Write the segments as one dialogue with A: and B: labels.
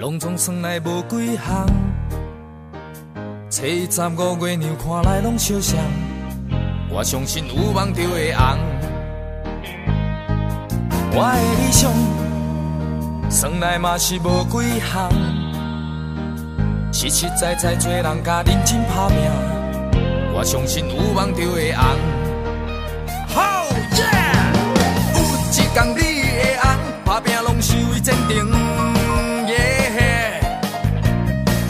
A: 拢总算来无几项。初一十五月娘看来拢相像，我相信有梦就会红。我的理想，算来嘛是无几项。实实在在做人甲认真打拼，我相信有梦就会红。好耶！有一天你会红，打拼拢是为前程。耶、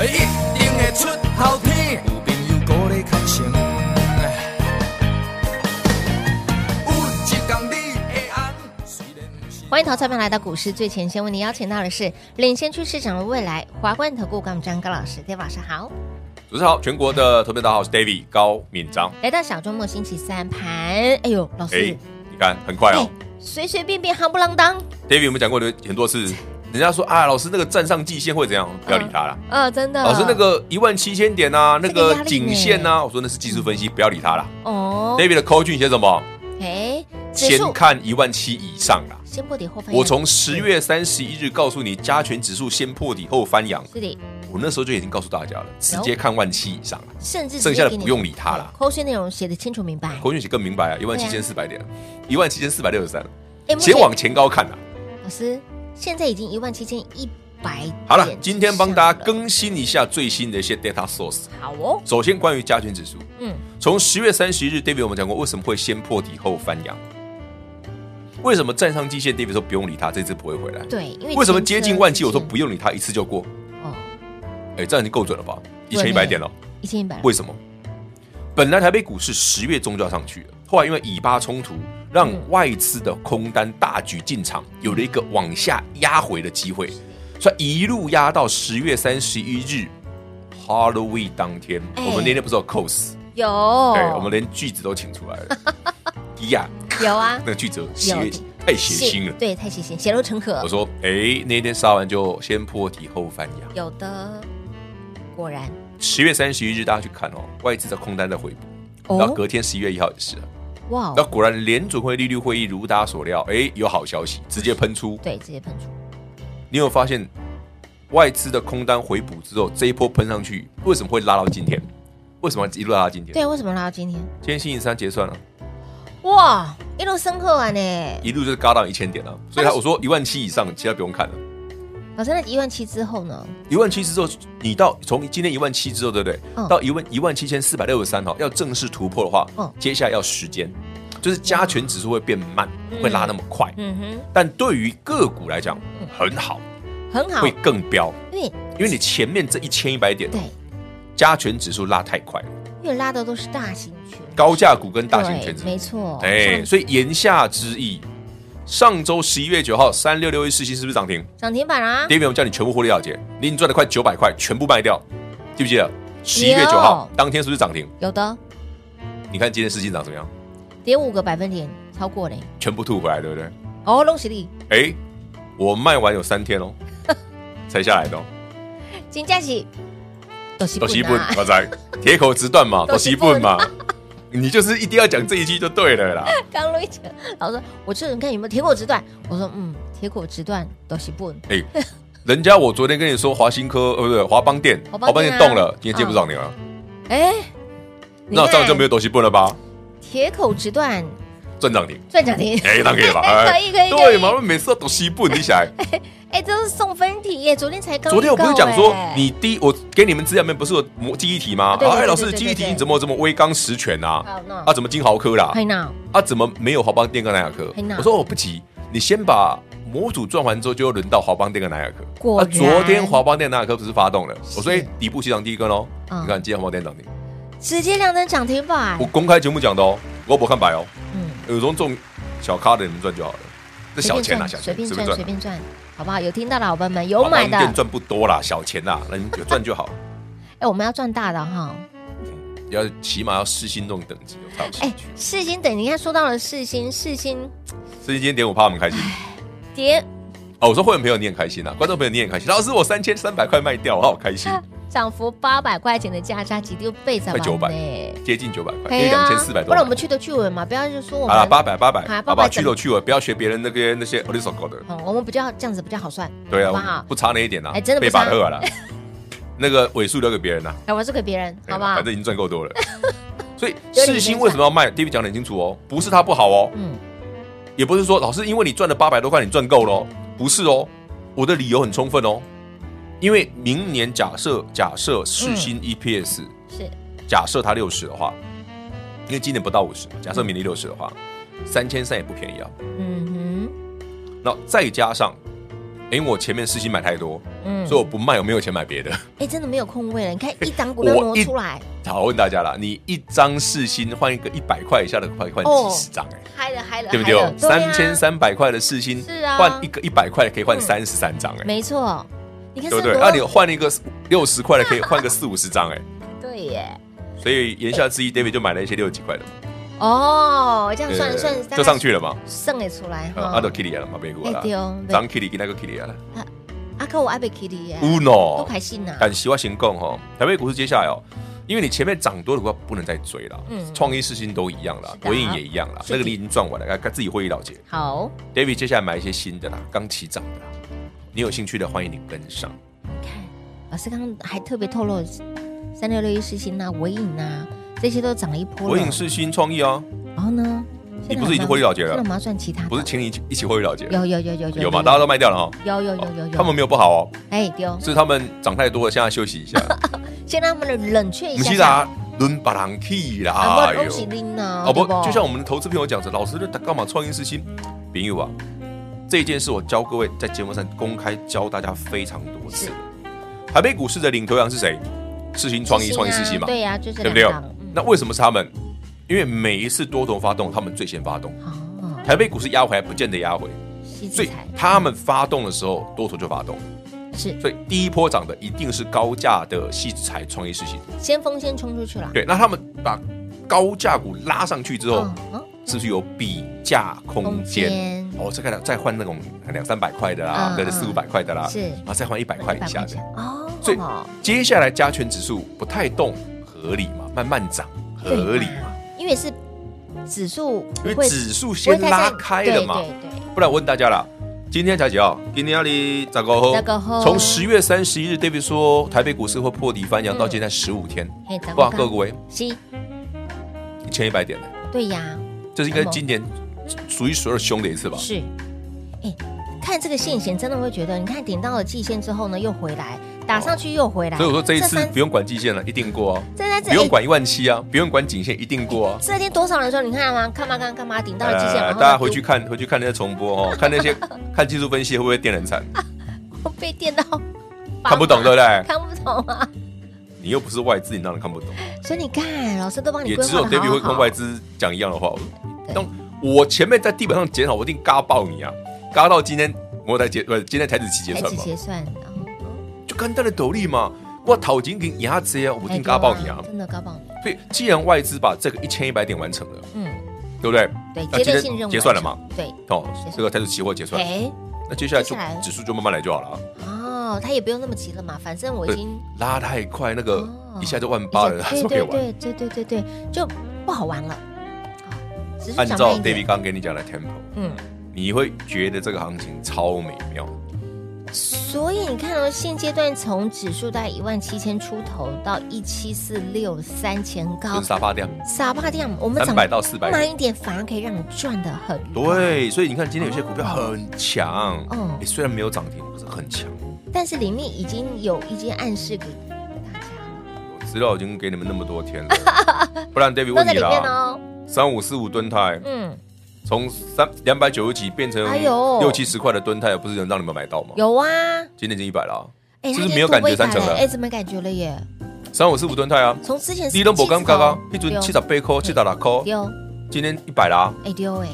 A: 一定会出头天，有朋友鼓励牵绳。有一天你会红，虽然不是
B: 欢迎投资朋友来到股市最前线，为您邀请到的是领先趋势掌握未来华冠投顾高敏章高老师，大家晚上好。
C: 主持人好，全国的投票大家好，我是 David 高敏章。
B: 来到小周末星期三盘，哎呦，老
C: 哎
B: 师，，哎
C: 你看很快哦、
B: 随随便便夯不啷当，
C: d a v i d 我们讲过的很多次，人家说啊，老师那个站上季线会怎样？不要理他啦。
B: 呃，真的，
C: 老师那个一万七千点啊，那
B: 这个压力
C: 个
B: 呢
C: 颈线啊，我说那是技术分析，不要理他啦。
B: 哦，
C: David 的 call 讯写什么？
B: 哎，指
C: 先
B: 数哎
C: 看一万七以上啦。
B: 先破底后翻阳，
C: 我从十月三十一日告诉你，加权指数先破底后翻阳，
B: 是的，
C: 我那时候就已经告诉大家了，直接看万七以上啦。
B: 甚至
C: 剩下的不用理它啦
B: 扣讯内容写的清楚明白，
C: 口讯写更明白啊，一万七千四百点，一万七千四百六十三，
B: 哎，目前
C: 先往前高看啦。啊
B: 老师现在已经一万七千一百，
C: 好了，今天帮大家更新一下最新的一些 data source。
B: 好哦，
C: 首先，关于加权指数，
B: 嗯，
C: 从十月三十日，David 我们讲过，为什么会先破底后翻阳？为什么站上季线？David 说不用理它，这次不会回来。
B: 对，因为
C: 为什么接近万七？
B: 前
C: 我
B: 车
C: 说不用理它，一次就过。
B: 哦，
C: 哎，这样已经够准了吧？一
B: 准
C: 千
B: 欸
C: 一百点了。
B: 一千一百，
C: 为什么？本来台北股市十月中就要上去了，后来因为以巴冲突，让
B: 嗯
C: 外资的空单大举进场，有了一个往下压回的机会，所以一路压到十月三十一日 Halloween 当天，
B: 哎哦
C: 我们那天不是有 cos，
B: 有，
C: 对，哎我们连句子都请出来了， 呀，
B: 有啊
C: 那，个句子写
B: 有
C: 太血腥了。
B: 对，太血腥，血肉成河
C: 我。说，哎，那天杀完就先破题后翻阳。
B: 有的，果然
C: 十月三十一日大家去看哦，外资的空单在回补，
B: 哦
C: 然后隔天十一月一号也是啊。
B: 哇
C: 那
B: 哦，
C: 果然联准会利率会议如大家所料，哎，有好消息，直接喷出。
B: 对，直接喷出，
C: 你有发现外资的空单回补之后，这一波喷上去，为什么会拉到今天？为什么一路拉到今天？
B: 对，啊为什么拉到今天？
C: 今天星期三结算了，
B: 哇，一路深刻啊呢！
C: 一路就是嘎到一千点了。所以他我说一万七以上，其他不用看了。
B: 老师，那一万七之后呢？
C: 一万七之后，你到从今天一万七之后，对不对？
B: 嗯
C: 到一万一万七千四百六十三哈，要正式突破的话，
B: 嗯
C: 接下来要时间，就是加权指数会变慢，会拉那么快。
B: 嗯哼，
C: 但对于个股来讲，很好，
B: 很嗯好
C: 会，更飙。
B: 因为
C: 因为你前面这一千一百点
B: 对，
C: 加权指数拉太快了，
B: 因为拉的都是大型群，
C: 高价股跟大型
B: 对
C: 全指股
B: 没，错，
C: 哎，
B: 上
C: 所以言下之意，上周十一月九号三六六一四星是不是涨停
B: 涨停板啊，
C: ？David 我们叫你全部获利了结，你已经赚了快九百块，全部卖掉，记不记得？十一月九号当天是不是涨停？
B: 有的
C: 你看今天事情涨怎么样？
B: 跌五个百分点，超过呢。
C: 全部吐回来，对不对？
B: 哦，恭喜你，
C: 哎，我卖完有三 天哦，才下来的哦，
B: 金佳琪，都西
C: 都西
B: 本
C: 本
B: 啊，
C: 我在铁口直断嘛，
B: 都
C: 都
B: 西
C: 西
B: 本啊
C: 本嘛，你就是一定要讲这一句就对了啦。
B: 刚录一讲，老师说，我这人看有没有铁口直断，我说嗯，铁口直断都西本，
C: 哎、人家我昨天跟你说华新科，呃，不对，华邦店，
B: 华
C: 华
B: 邦
C: 邦
B: 店啊
C: 店动了，今天见不涨停了，
B: 哎，你
C: 那这样就没
B: 看
C: 有东西不了吧？
B: 铁口直断
C: 赚涨停，
B: 赚涨停，
C: 哎、那可以吧？
B: 可
C: 哎
B: 以可以可以
C: 对嘛？每次都东西不，你想，
B: 哎，这是送分题耶！昨天才刚预告，
C: 昨天我不是讲说
B: 哎
C: 你第一我给你们资料面不是有模记忆题吗
B: 啊？对对
C: 哎，
B: 对
C: 老
B: 对
C: 师，
B: 对
C: 记忆题
B: 对
C: 你怎么怎么微刚十全啊
B: 好那？
C: 啊，怎么金豪科啦
B: 嘿？呐，
C: 啊，怎么没有华邦店跟南亚科
B: 嘿那？
C: 我说哦我不急，你先把。模组转完之后，就轮到华邦店跟南亚科。
B: 果
C: 啊
B: 然
C: 昨天华邦店南亚科不是发动了？我说，哎
B: 是，
C: 底部起涨第一根哦。
B: 嗯
C: 你看，今天华邦店涨停。
B: 直接亮灯涨停板
C: 我，公开节目讲的哦，我不看白哦，
B: 嗯，
C: 有种中小咖的你们赚就好了。这
B: 随
C: 小
B: 便
C: 钱啦，
B: 赚，
C: 小
B: 随
C: 钱
B: 便
C: 随
B: 赚，
C: 便
B: 随
C: 赚。
B: 便赚，好不好？有听到的伙伴们，有买的，
C: 店赚不多啦，小钱啦，人有赚就好，
B: 哎，我们要赚大的哈。
C: 要起码要四星这种等级，我才有兴
B: 哎
C: 趣。，
B: 世星等，你看说到了世星，世星
C: 所以今天点五趴，我们开心。
B: 哎跌
C: 哦，我说会员朋友你很开心啊，观众朋友你也很开心。老师，我三千三百块卖掉，我好开心，
B: 涨幅八百块钱的价差，几丢倍涨
C: 快
B: 完
C: 900
B: 呢？
C: 接近九百块，
B: 可
C: 因为
B: 以
C: 两
B: 啊
C: 千四百，
B: 不
C: 多。
B: 然我们去的去尾嘛，不要就说我
C: 好了，
B: 们
C: 八百八百
B: 好啦，
C: 好
B: 800
C: 吧，去都去了，不要学别人那个那些二里手搞的。
B: 嗯，我们比较这样子比较好算，
C: 对
B: 好不
C: 啊
B: 好，？
C: 不差那一点啦
B: 哎真的，不
C: 被
B: 差
C: 把二 了啦，那个尾数留给别人啊啦，
B: 哎，我是给别人，
C: 对
B: 好
C: 啦
B: 不好
C: 反？正已经赚够多 了。所以
B: 有点
C: 世新为什么要卖？David 讲得很清楚哦，不是它不好哦，
B: 嗯，
C: 也不是说老师因为你赚了八百多块你赚够了哦，不是哦，我的理由很充分哦，因为明年假设假设
B: 嗯
C: 世新 EPS
B: 是
C: 假设它六十的话，因为今年不到五十，假设明年六十的话，三千三也不便宜啊。
B: 嗯
C: 那再加上，因为我前面世新买太多，
B: 哼，嗯，
C: 所以我不卖，我没有钱买别的。
B: 哎，真的没有空位了，你看一档股票
C: 我
B: 挪
C: 一
B: 出来，
C: 好，我问大家啦，你一张世新换一个一百块以下的，快换
B: 哦
C: 几十张哎、
B: 嗨了嗨了，
C: 对不
B: 嗨了
C: 对？三千，
B: 啊
C: 三百块的世新
B: 是啊
C: 换一个一百块的可以换
B: 嗯
C: 三十三张哎，
B: 没错，你看
C: 对
B: 是
C: 不
B: 多
C: 对？啊那你换一个六十块的可以换个四五十张哎，
B: 对耶，
C: 所以言下之意，David 就买了一些六十几块的嘛，
B: 哦，这样算算
C: 对，就上去
B: 了，
C: 了嘛。
B: 剩也出来
C: 呃
B: 哈，
C: 阿斗 Kitty 了嘛，别过
B: 哎
C: 啦
B: 对哦，
C: 张 Kitty 跟那个 Kitty 了
B: 阿啊克我爱被 Kitty 耶，嗯都
C: 啊，Uno，
B: 开心呐，
C: 但喜欢行动哈，台北股市接下来哦，因为你前面涨多的股票不能再追了
B: 嗯，
C: 创意事情都一样啦
B: 是，的
C: 回应也一样啦，
B: 是的
C: 那个你已经赚完了，该啊该自己会意了结。
B: 好，
C: David 接下来买一些新的啦，刚起涨的啦，你有兴趣的欢迎你跟上。
B: 老师刚刚还特别透露三六六一世新呐、尾影呐、这些都涨了一波了。
C: 回应是新创意哦，
B: 然后呢？
C: 你不是已经获利了结了
B: 现在我们要赚其他的，
C: 不是请你一起会意了结，
B: 有有有有
C: 有吗？大家都卖掉了哈。
B: 有有有有有，
C: 他们没有不好哦，
B: 哎丢，
C: 是他们涨太多了，现在休息一下。
B: 先让他们的冷却一
C: 不
B: 下
C: 是
B: 下。
C: 啦，轮把人去啦，哎
B: 啊，不恭喜您呢！
C: 啊哦不
B: 对，
C: 就像我们的投资朋友讲的，老师他干嘛创业事情？朋友啊，这一件事我教各位在节目上公开教大家非常多次了。台北股市的领头羊是谁？世新创
B: 世
C: 意、
B: 新啊
C: 创意世新嘛，
B: 对呀，就是
C: 对不对
B: 两档？嗯
C: 那为什么是他们？因为每一次多头发动，他们最先发动。
B: 哦，
C: 台北股市压回还不见得压回，
B: 西
C: 所
B: 子
C: 以
B: 财
C: 他们发动的时候，多头就发动。
B: 是
C: 所以第一波涨的一定是高价的细材创业事情。
B: 先锋先冲出去了。
C: 对，那他们把高价股拉上去之后，
B: 嗯，嗯
C: 是不是有比价空间
B: 空间？
C: 哦，这个再换那种两三百块的啦
B: 嗯，
C: 或者四五百块的啦，
B: 是
C: 然后再换一百块以下的。
B: 哦，
C: 所以接下来加权指数不太动，合理嘛？慢慢涨，合理嘛？
B: 因为是指数不
C: 因
B: 会
C: 为指数
B: 不会
C: 先
B: 太
C: 拉
B: 占
C: 开了嘛
B: 对。对对，
C: 不然我问大家啦，今天才几号？今天你咋个
B: 十五号
C: 从十月三十一日，David 说台北股市会破底翻扬，
B: 嗯
C: 到现在十五天，
B: 嘿，咱
C: 哇，
B: 们
C: 各位
B: 西
C: 一千一百点的，
B: 对呀，
C: 这是应该今年数一数二凶的一次吧？
B: 是，哎，看这个线型真的会觉得，你看顶到了季线之后呢，又回来，打上去又回来。
C: 哦所以我说这一次
B: 啊三
C: 不用管季线了，一定过啊。
B: 这三次
C: 不用。
B: 哎
C: 管一万七啊，不用管颈线，一定过啊。
B: 这天多少人说你看吗？看嘛看看嘛，顶 到了季线，
C: 呃
B: 然后
C: 大
B: 呢
C: 家回去看，回去看那些重播 哦，看那些看技术分析会不会电人惨，
B: 我被电到，
C: 看不懂对不对？
B: 看不懂啊。
C: 你又不是外资，你当然看不懂。
B: 所以你看，老师都帮你
C: 也
B: 规
C: 只
B: 划
C: 有
B: 的好
C: David
B: 好。
C: 会跟外资讲一样的话。当我前面在地板上检讨，我一定嘎爆你啊！嘎到今天我才结，不是今天才子期结
B: 台
C: 算
B: 子
C: 嘛，
B: 结算，然后
C: 就简单的斗笠嘛。我讨金给牙子啊，我一定嘎爆你啊
B: 哎！真的高爆你。
C: 所以既然外资把这个一千一百点完成了，
B: 嗯，
C: 对不对？
B: 对，
C: 那
B: 阶段
C: 今
B: 性
C: 天
B: 任务
C: 结算了
B: 完成？对，
C: 哦
B: 结算，
C: 这个台子期货结算，
B: 哎，
C: 那接下来就
B: 接下来
C: 指数就慢慢来就好了啊。
B: 哦，他也不用那么急了嘛，反正我已经
C: 拉太快，那个
B: 哦
C: 一下就万八了，还
B: 对
C: 是可以
B: 对
C: 玩。
B: 对对对对对，就不好玩了。好只是
C: 按
B: 长
C: 照
B: 慢一
C: David
B: 点
C: 刚给你讲的 tempo，
B: 嗯，
C: 你会觉得这个行情超美妙。
B: 所以你看哦，现阶段从指数在一万七千出头到一七四六三前高
C: 跟，沙发掉
B: 傻吧掉，我们
C: 三
B: 涨
C: 百到四百，
B: 慢一点，反而可以让你赚的很。
C: 对，所以你看今天有些股票很强，
B: 嗯
C: 诶虽然没有涨停，可是很强。
B: 但是里面已经有一些暗示给大家了，
C: 我资料已经给你们那么多天 了，不然 David
B: 都
C: 问
B: 在
C: 你
B: 里面
C: 啦，
B: 哦。
C: 三五四五吨泰
B: 嗯，
C: 从三两百九十几变成
B: 哎呦
C: 六七十块的吨泰，不是能让你们买到吗？
B: 有啊，
C: 今天已经一百了啊，
B: 哎，
C: 是
B: 它今
C: 不是
B: 天
C: 没有感
B: 突
C: 觉
B: 破一百
C: 三成
B: 了
C: 了
B: 哎，怎么感觉了耶？
C: 三五四五吨泰啊，
B: 从之前
C: 你都不敢刚啊，一
B: 对
C: 尊七十八块，七十六块，
B: 丢
C: 今天一百啦。
B: 哎丢哎，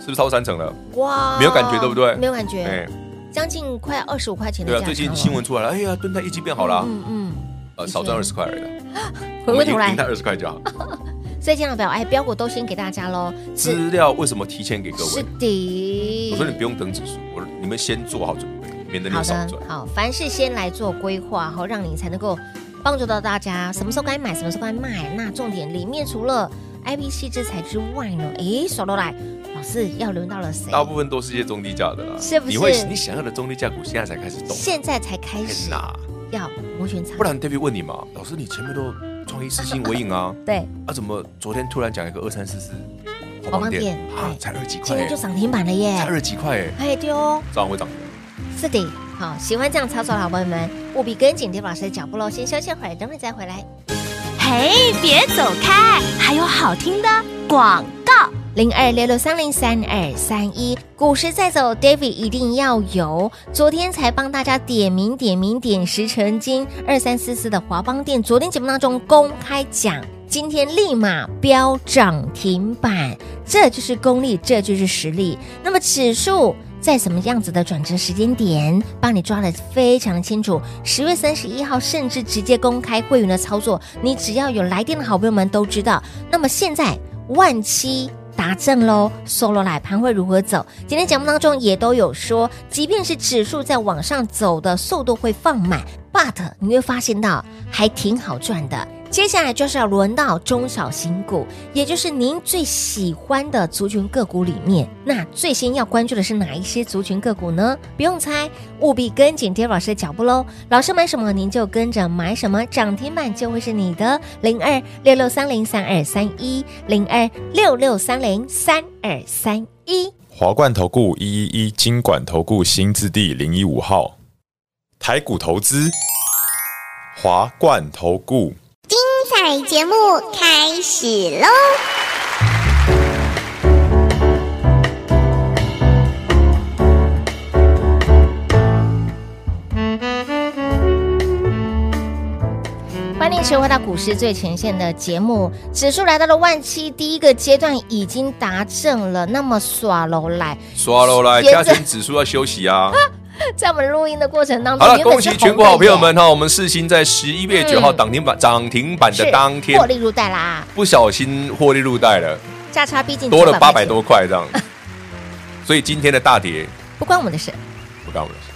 C: 是不是超过三成了？
B: 哇，
C: 没有感觉对不对
B: 没有感觉，
C: 哎，
B: 将近快二十五块啊钱的
C: 对
B: 价差
C: 啊，最近
B: 了
C: 新闻出来了，哎呀，吨泰业绩变好嗯啦，
B: 嗯嗯，
C: 呃，少赚二十块而已啦，
B: 回过头来
C: 赢他，二十块就好。
B: 所以这样表哎，标股都先给大家喽。
C: 资料为什么提前给各
B: 是
C: 位？
B: 的，
C: 我说你不用等指数，我说你们先做好准备，免得你
B: 好
C: 们少
B: 的
C: 赚，。
B: 好，凡事先来做规划，好，让你才能够帮助到大家，什么时候该买，什么时候该卖。那重点里面除了 I P C 制裁之外呢，诶，手都来，老师要轮到了谁？
C: 大部分都是一些中低价的啦，
B: 是不是
C: 你会你想要的中低价股现在才开始动，
B: 现在才开
C: 天
B: 始
C: 哪！
B: 要摩拳擦
C: 哎不
B: 掌，
C: 然 David 问你嘛，老师你前面都创意四星尾影啊，
B: 对，
C: 啊怎么昨天突然讲一个二三四四
B: 华邦店
C: 啊
B: 哎，
C: 才二几
B: 今
C: 块
B: 天
C: 耶
B: 就，涨停板了耶
C: 才！二几块哎，
B: 哎，对哦，
C: 早晚会涨。
B: 是的。好，喜欢这样操作的好朋友们，务必跟紧 David 老师的脚步喽。先休息一会儿，等会儿再回来。
D: 嘿，别走开，还有好听的广告。
B: 零二六六三零三二三一，股市再走，David 一定要有。昨天才帮大家点名点名点石成金二三四四的华邦店，昨天节目当中公开讲，今天立马飙涨停板，这就是功力，这就是实力。那么指数。在什么样子的转折时间点，帮你抓得非常的清楚。十月三十一号，甚至直接公开会员的操作，你只要有来电的好朋友们都知道。那么现在万七。达阵喽，solo 来盘会如何走？今天节目当中也都有说，即便是指数在往上走的速度会放慢，but 你会发现到还挺好赚的。接下来就是要轮到中小型股，也就是您最喜欢的族群个股里面，那最先要关注的是哪一些族群个股呢？不用猜，务必跟紧 d a 老师的脚步喽。老师买什么，您就跟着买什么，涨停板就会是你的。零二六六三零三二三一，零二六六三零三二三一。
E: 华冠投顾一一一金管投顾新字第零一五号，台股投资，华冠投顾。
F: 彩节目开始喽！
B: 欢迎收回到股市最前线的节目，指数来到了万七，第一个阶段已经达阵了。那么耍楼来，
C: 刷喽来，
B: 接着
C: 加权指数要休息啊！
B: 在我们录音的过程当中，
C: 好了，
B: 原本
C: 恭
B: 是
C: 喜全国好朋友们哈！我们世新在十一月九号
B: 嗯
C: 涨停板涨停板
B: 红的耶，
C: 的当天
B: 是获，利入袋啦，
C: 不小心获利入袋了，
B: 价差逼近
C: 多
B: 900
C: 了
B: 块
C: 八百
B: 钱，
C: 多块这样。 所以今天的大跌
B: 不关我们的事。
C: 不干我们的事。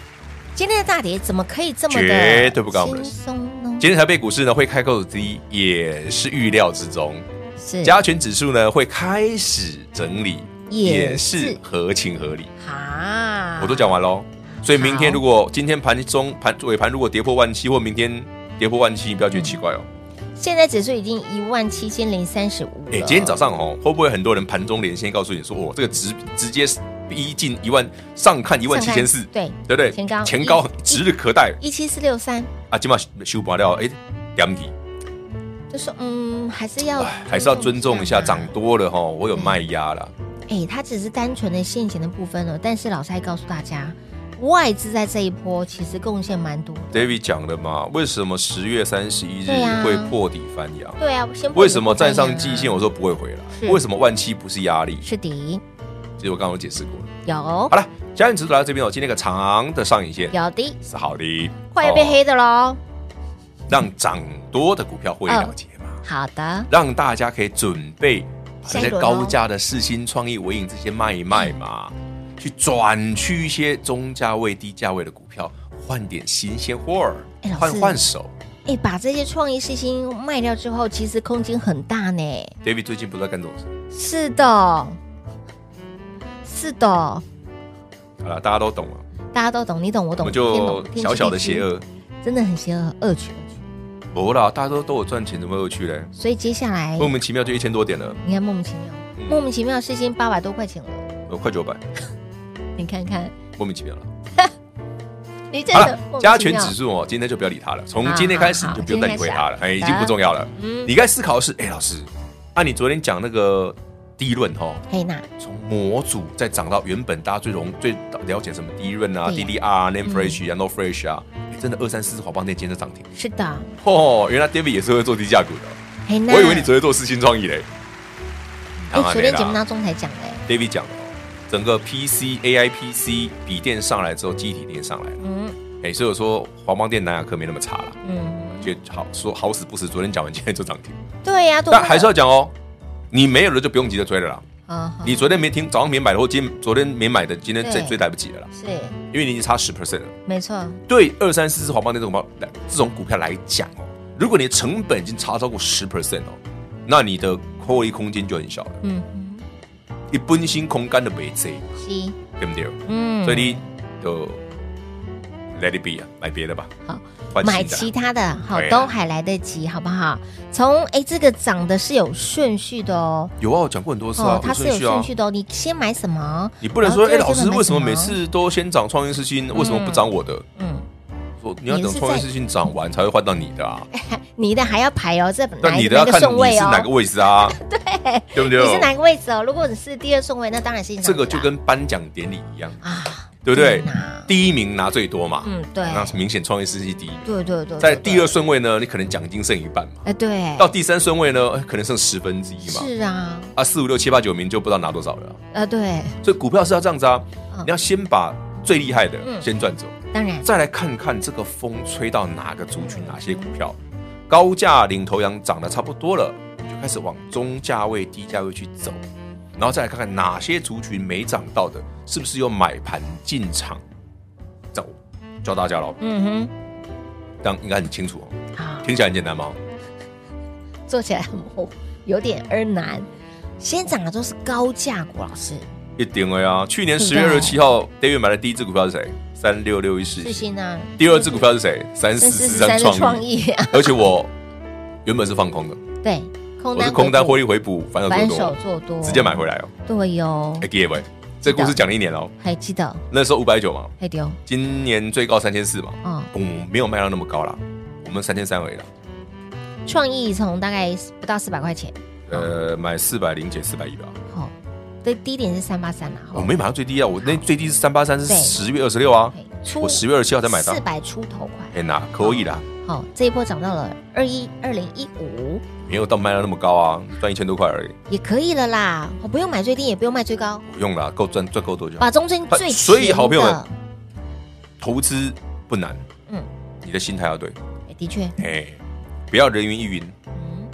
B: 今天的大跌怎么可以这么的
C: 绝对不干我们的
B: 轻
C: 事
B: 松呢？
C: 今天台北股市呢会开高走低，也是预料之中。
B: 是
C: 加权指数呢会开始整理，
B: 也
C: 也
B: 是
C: 是合情合理。
B: 啊
C: 我都讲完喽，所以明天
B: 好
C: 如果今天盘中盘尾盘如果跌破万七，或明天跌破万七，不要觉得奇怪哦。
B: 现在指数已经一万七千零三十五。
C: 哎，今天早上哦，会不会很多人盘中连线告诉你说，哦，这个直直接逼近一万，上看一万七千四，
B: 上看对
C: 对不对？
B: 前高
C: 前高
B: 一
C: 指日可待
B: 一七四六三，
C: 啊！今晚修拔掉，哎，两底
B: 就说嗯，还是要
C: 还是要尊重一下，
B: 嘛
C: 涨多了哈，我有卖压啦。
B: 哎、它只是单纯的现钱的部分哦了，但是老师还告诉大家，外资在这一波其实贡献蛮多的。
C: David 讲的嘛，为什么十月三十一日
B: 对啊
C: 会破底翻阳？
B: 对啊，先不
C: 为什么站上季线
B: 啊
C: 我说不会回来
B: 是？
C: 为什么万七不是压力？
B: 是的，
C: 其实我刚刚有解释过了。
B: 有
C: 好了，加权指数来到这边哦，今天个长的上影线
B: 有的，
C: 是好的，
B: 快要被
C: 哦，
B: 黑的喽。
C: 让涨多的股票会
B: 嗯
C: 了结嘛，
B: 好的，
C: 让大家可以准备把
B: 下
C: 这
B: 一
C: 些
B: 轮哦
C: 高价的世新、创意、伟影这些卖一卖嘛，去转去一些中价位、低价位的股票，换点新鲜货儿
B: 哎老，
C: 换
B: 师
C: 换手。
B: 哎、把这些创意事情卖掉之后，其实空间很大呢。
C: David 最近不知道干这种事，
B: 是的，是的，
C: 好了，大家都懂了，
B: 大家都懂，你懂我
C: 我
B: 懂，
C: 们
B: 天
C: 就
B: 懂
C: 小小的邪，
B: 天
C: 恶。
B: 知地知真的很邪恶，恶趣恶趣。
C: 不啦，大家都都有赚钱，怎么有趣嘞？
B: 所以接下来
C: 莫名其妙就一千多点了，
B: 你看莫名其妙，
C: 嗯
B: 莫名其妙事情八百多块钱了，
C: 呃，快九百，
B: 你看看，
C: 莫名其妙了。
B: 你真
C: 好
B: 的
C: 了
B: 莫名其妙，啊
C: 加权指数哦，今天就不要理它了，从今天开始
B: 好好
C: 你就不用再理会它了，哎，已经不重要了。
B: 嗯，
C: 你该思考的是，哎，老师，按你昨天讲那个低润哈，
B: 嘿娜，
C: 从模组再涨到原本大家最容最了解什么低润啊、
B: 对嗯
C: DDR 啊、Name Fresh 啊、No Fresh 啊，哎真的二三四华邦那今天就涨停。
B: 是的，
C: 哦，原来 David 也是会做低价股的哦，
B: 嘿娜，
C: 我以为你昨天做四星创意嘞。嗯
B: 哎，昨天节目
C: 啊啦
B: 当中才讲的，
C: David 讲的哦，整个 PC、AIPC 笔电上来之后，机体电上来了。
B: 嗯
C: 哎、所以我说华邦电南亚科没那么差了，
B: 嗯，
C: 就好说好死不死，昨天讲完，今天就涨停。
B: 对啊呀，多
C: 但
B: 快
C: 还是要讲哦，你没有了就不用急着追了啦。
B: 啊，好
C: 你昨天没听，早上没买的，或今昨天没买的，今天追
B: 对
C: 追来不及了啦，
B: 是
C: 因为你已经差十 percent 了。
B: 没错，
C: 对二三四四华邦电这种股票这种股票来讲哦，如果你的成本已经差超过十 percent 哦，那你的获利空间就很小了。
B: 嗯，
C: 一本心空干的没贼，
B: 是，
C: 对不对？
B: 嗯，
C: 所以你就 let it be 啊，买别的吧。
B: 好
C: 换新的啦，啊
B: 买其他的好
C: 对啊
B: 都还来得及，好不好？从哎，这个涨的是有顺序的哦，
C: 有啊，我讲过很多次啊
B: 哦，，它是有顺序的哦，你先买什么？
C: 你不能说，哎、
B: 然后第二
C: 老师
B: 阶段买
C: 为什么
B: 什么啊
C: 每次都先涨创业四星，为什么不涨我的？
B: 嗯，
C: 说你要
B: 你
C: 等
B: 是
C: 创业
B: 在
C: 四星涨完才会换到你的啊，
B: 你的还要排哦，这
C: 但
B: 哪
C: 你
B: 一
C: 的要
B: 哪个
C: 看
B: 顺
C: 你
B: 位
C: 是
B: 哦？
C: 哪个位置啊，
B: 对，
C: 对不
B: 你是
C: 对？
B: 哪个位置哦？如果你是第二顺位，那当然是你
C: 这个
B: 上
C: 就
B: 去啦
C: 跟颁奖典礼一样，
B: 啊，
C: 对不对
B: 天哪？
C: 第一名拿最多嘛，
B: 嗯，对，
C: 那是明显创业四星第一名。
B: 对对对，
C: 在
B: 对
C: 第二，顺位呢，你可能奖金剩一半嘛，
B: 哎，对，
C: 到第三顺位呢，哎可能剩十分之一嘛，
B: 是啊，
C: 啊，四五六七八九名就不知道拿多少了啊。
B: 呃，对，
C: 所以股票是要这样子啊
B: 嗯，
C: 你要先把最厉害的
B: 嗯
C: 先赚走，
B: 当然，
C: 再来看看这个风吹到哪个族群、哪些股票，高价领头羊涨得差不多了，就开始往中价位、低价位去走，然后再来看看哪些族群没涨到的，是不是有买盘进场？这样我教大家喽，
B: 嗯
C: 这样应该很清楚哦，
B: 哼，好，
C: 听起来很简单吗？
B: 做起来很模糊，有点儿难。先涨的都是高价股，老师，
C: 一定的呀。去年十月二
B: 对
C: 十七号，David 买的第一只股票是谁？三六六一
B: 最
C: 世新。
B: 新啊，
C: 第二只股票是谁？三
B: 三
C: 四
B: 四
C: 四
B: 十
C: 三
B: 三的
C: 创
B: 创
C: 意。
B: 意，啊
C: 而且我原本是放空的，
B: 对，空
C: 我
B: 单
C: 是空单获
B: 回
C: 利回补，反手
B: 补，
C: 做
B: 反手
C: 多，
B: 做多，
C: 直接买回来哦。
B: 对哟
C: 哎，，各位，这故事讲了一年哦，
B: 还记得，
C: 那时候五百九嘛，
B: 还丢，
C: 今年最高三千四嘛，
B: 嗯，
C: 嗯，没有卖到那么高啦，我们三千三而已啦。
B: 创意从大概不到四百块钱，
C: 呃，买四百零减四百一吧，
B: 哦，对，低点是三八三啦，哦
C: 我没买到最低啊，我那最低是三八三，是
B: 对
C: 十月二十六啊，
B: 嘿出
C: 我十月二十七号才买到
B: 四，百出头块，
C: 哎那可以啦，
B: 好，这一波涨到了二一二零一五，
C: 没有到卖到那么高啊，赚一千多块而已，
B: 也可以了啦，我不用买最低，也不用卖最高，
C: 不用啦，够赚赚够多就好。
B: 把中间最
C: 所以
B: 甜
C: 好朋友们
B: 的
C: 投资不难，
B: 嗯
C: 嗯，你的心态要对，
B: 哎的确，
C: 哎，不要人云亦云，
B: 嗯，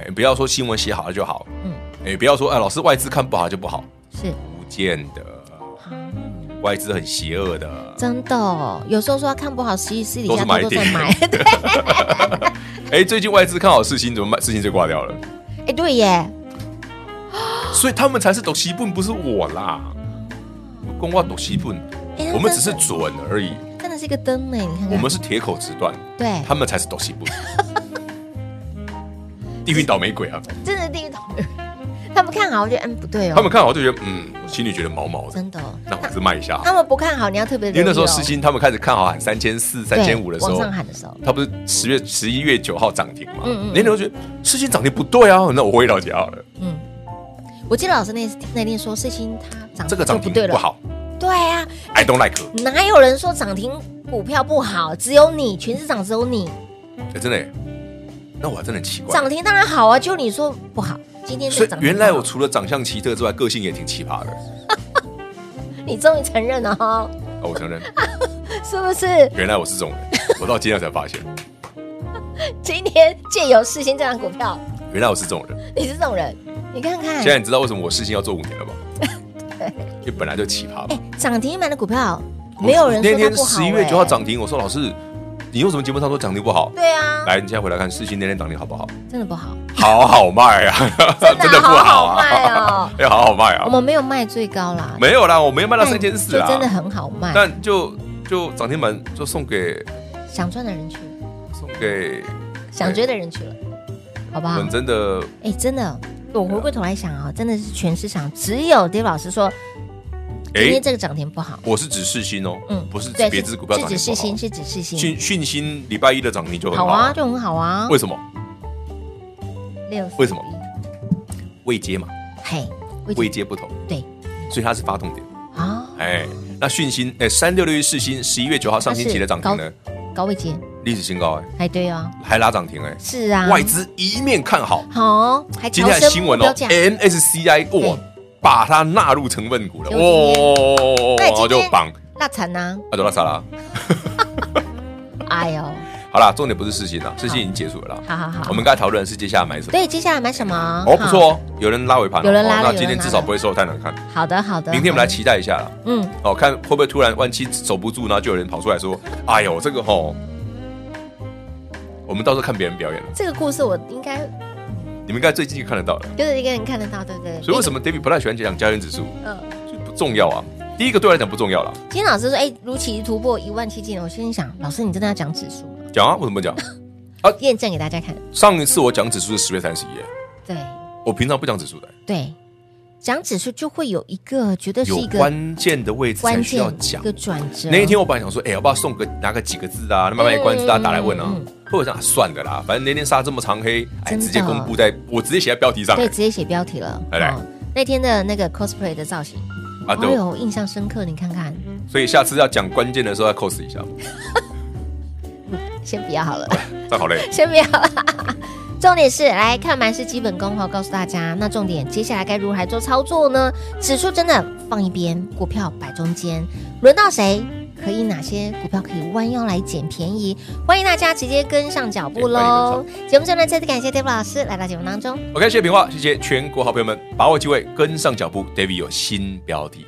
C: 哎，不要说新闻写好了就好，
B: 嗯
C: 嗯，哎，不要说哎，老师外资看不好就不好，
B: 是
C: 不见得，外资很邪恶的，
B: 真的哦，有时候说他看不好，其实私底
C: 都
B: 下
C: 是
B: 偷
C: 买
B: 偷
C: 点
B: 在买， 对，
C: 哎，最近外资看好世新，怎么卖世新就挂掉了？
B: 哎对耶，
C: 所以他们才是懂西本，不是我啦，我公话懂西本
B: 哎那，
C: 我们
B: 真
C: 只是
B: 的
C: 准而已，
B: 真的是一个灯呢，你看看，
C: 我们是铁口直断，
B: 对，
C: 他们才是懂 西本，地狱倒霉鬼啊！
B: 真的地狱头，他们看好，我觉得嗯不对哦，
C: 他们看好就觉得，嗯，我心里觉得毛毛的，
B: 真的哦，
C: 那我还是卖一下好了。
B: 他们不看好，你要特别
C: 因为那时候
B: 留意哦
C: 世新他们开始看好喊三千四、三千五的时
B: 往
C: 候
B: 上，喊的时候，
C: 他不是十月十一月九号涨停嘛？
B: 嗯嗯嗯
C: 那年头觉得世新涨停不对啊，那我回老家好了。
B: 嗯，我记得老师那那天说，世新它涨
C: 这个涨
B: 就
C: 停
B: 不对了
C: 不，好
B: 对啊，
C: ，I don't like，
B: 哪有人说涨停股票不好？只有你，全市场只有你
C: 哎真的耶，那我还真的很奇怪
B: 涨。停当然好啊，就你说不好。今天
C: 所
B: 这
C: 以
B: 涨停
C: 原来
B: 不
C: 我
B: 好
C: 除了长相奇特之外，个性也挺奇葩的，
B: 你终于承认了哦，
C: 啊我承认，
B: 是不是？
C: 原来我是这种 人，我到今天才发现，
B: 今天借由世新这档股票，
C: 原来我是这种人。
B: 你是这种人，你看看
C: 现，在你知道为什么我世新要做五年了 吧？因为本来就奇葩嘛
B: 哎。，涨停买的股票，哎没有人
C: 哦那
B: 说它
C: 天
B: 不好。
C: 十一月九号
B: 哎，
C: 涨停，我说老师，你为什么节目上说涨停不好？
B: 对啊，
C: 来，你现在回来看世新那天涨停好不好？
B: 真的不好，
C: 好好卖啊， 真的不好
B: 好卖哦
C: 啊，要好 好卖
B: 我
C: 啊，
B: 们没有卖最高啦，
C: 没有啦，我没有卖到
B: 但
C: 三千四
B: 就真的
C: 啦，
B: 很好卖，
C: 但就就涨停板就送给
B: 想赚的人去了。
C: 送给
B: 想追的人去了，好不好
C: 们？真的
B: 哎、真的，我回过头来想啊、真的是全市场只有 Dave 老师说今
C: 哎
B: 天，这个涨停不好，
C: 我是指世新哦，
B: 嗯
C: 不是指
B: 对，
C: 别只股票
B: 是
C: 涨
B: 指
C: 停
B: 世
C: 不好
B: 新，，是指世新，
C: 讯讯新礼拜一的涨停就很
B: 好
C: 好
B: 啊，，就很好啊，
C: 为什么？
B: 六
C: 为什么？未接嘛，
B: 嘿，
C: 未接不同，
B: 对
C: 所以它是发动点，
B: 啊，
C: 哎，那讯新哎三六六一世新十一月九号上星期的涨停呢，
B: 高位接，
C: 历史新高哎，
B: 哎，对啊，
C: 还拉涨停哎，
B: 是啊，
C: 外资一面看好。
B: 好，还
C: 今
B: 调
C: 天的
B: 升
C: 新闻
B: 目标
C: 哦
B: 价，
C: ，MSCI 哇，把它纳入成分股了，
B: 有经
C: 哇，
B: 那
C: 然后
B: 今
C: 就
B: 天
C: 绑，
B: 那惨呐、
C: 那就拉萨啦。
B: 哎呦，
C: 好啦，重点不是事情啦，事情已经结束了啦。
B: 好好好
C: 我，们刚才讨论的是接下来买什么。
B: 对，接下来买什么？
C: 哦，不错哦，有人拉尾盘哦，
B: 有人拉了
C: 哦那
B: 有
C: 今
B: 人
C: 天
B: 拉
C: 至少
B: 了
C: 不会收太难看。
B: 好，好的好的。
C: 明天我们来
B: 好的，
C: 期待一下啦。
B: 嗯，
C: 哦，看会不会突然万七守不住，然后就有人跑出来说：“哎呦，这个吼，我们到时候看别人表演了。
B: 这个故事我应该”
C: 你们应该最近就看得到了。
B: 就是一个人看得到，对不对？
C: 所以为什
B: 么？
C: 么 David 不太喜欢讲加权指数？
B: 嗯，
C: 就不重要啊。第一个对我来讲不重要啦，
B: 今天老师说，哎，如期突破一万七千，我心想，老师你真的要讲指数吗？
C: 讲啊，为什么不讲？
B: 验证给大家看。
C: 上一次我讲指数是十月三十一，
B: 对
C: 我平常不讲指数的，
B: 对，讲指数就会有一个，觉得是
C: 有
B: 一个
C: 关键的位置才
B: 关
C: 需要
B: 键一
C: 讲
B: 个。转折。
C: 那一天我本来想说，哎、要不要送个拿个几个字啊？那卖卖关子，大家打来问啊
B: 嗯。
C: 或者想、啊算的啦，反正那天杀这么长黑，哎，
B: 真的
C: 直接公布在，我直接写在标题上、
B: 对直接写标题了。
C: 来来
B: 哦那天的那个 cosplay 的造型，
C: 哎
B: 哎
C: 啊，对，
B: 呦，印象深刻。你看看，
C: 所以下次要讲关键的时候要 cos 一下，
B: 先不要好了。
C: 这样好累。
B: 先不要 啦。重点是来看盘是基本功哈，告诉大家。那重点接下来该如何来做操作呢？指数真的放一边，股票摆中间，轮到谁？可以哪些股票可以弯腰来捡便宜？欢迎大家直接跟上脚步喽！节目最后呢，再次感谢 David 老师来到节目当中。
C: OK，谢谢平话，谢谢全国好朋友们，把握机会跟上脚步，David 有新标题。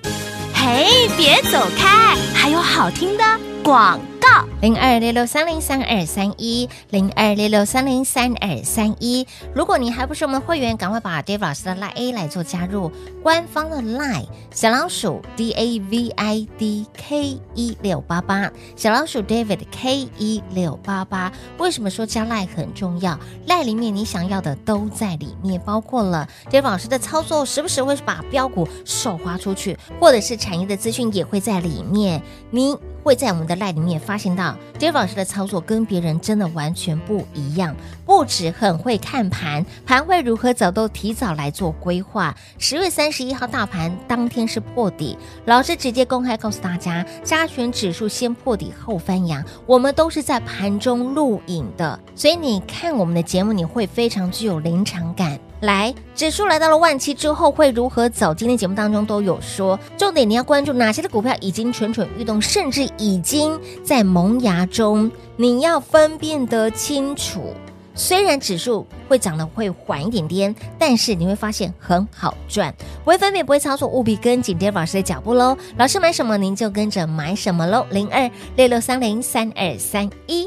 D: 嘿，别走开，还有好听的广告。
B: 零二六六三零三二三一，零二六六三零三二三一。如果你还不是我们的会员，赶快把 Dave 老师的 Line A 来做加入，官方的 Line 小老鼠 D A V I D K 一六八八，小老鼠 David K 一六八八。为什么说加 Line 很重要？Line 里面你想要的都在里面，包括了 Dave 老师的操作，时不时会把标股手划出去，或者是产业的资讯也会在里面。你会在我们的 Line 里面发现到 Dave 老师的操作跟别人真的完全不一样，不止很会看盘，盘会如何走都提早来做规划。十月三十一号大盘当天是破底，老师直接公开告诉大家，加权啊指数先破底后翻扬，我们都是在盘中录影的，所以你看我们的节目，你会非常具有临场感。来，指数来到了万七之后会如何走？今天节目当中都有说，重点你要关注哪些的股票已经蠢蠢欲动，甚至已经在萌芽中，你要分辨得清楚。虽然指数会涨得会缓一点点，但是你会发现很好赚，不会分辨不会操作，务必跟紧 d a 老师的脚步喽。老师买什么您就跟着买什么喽。零二六六三零三二三一。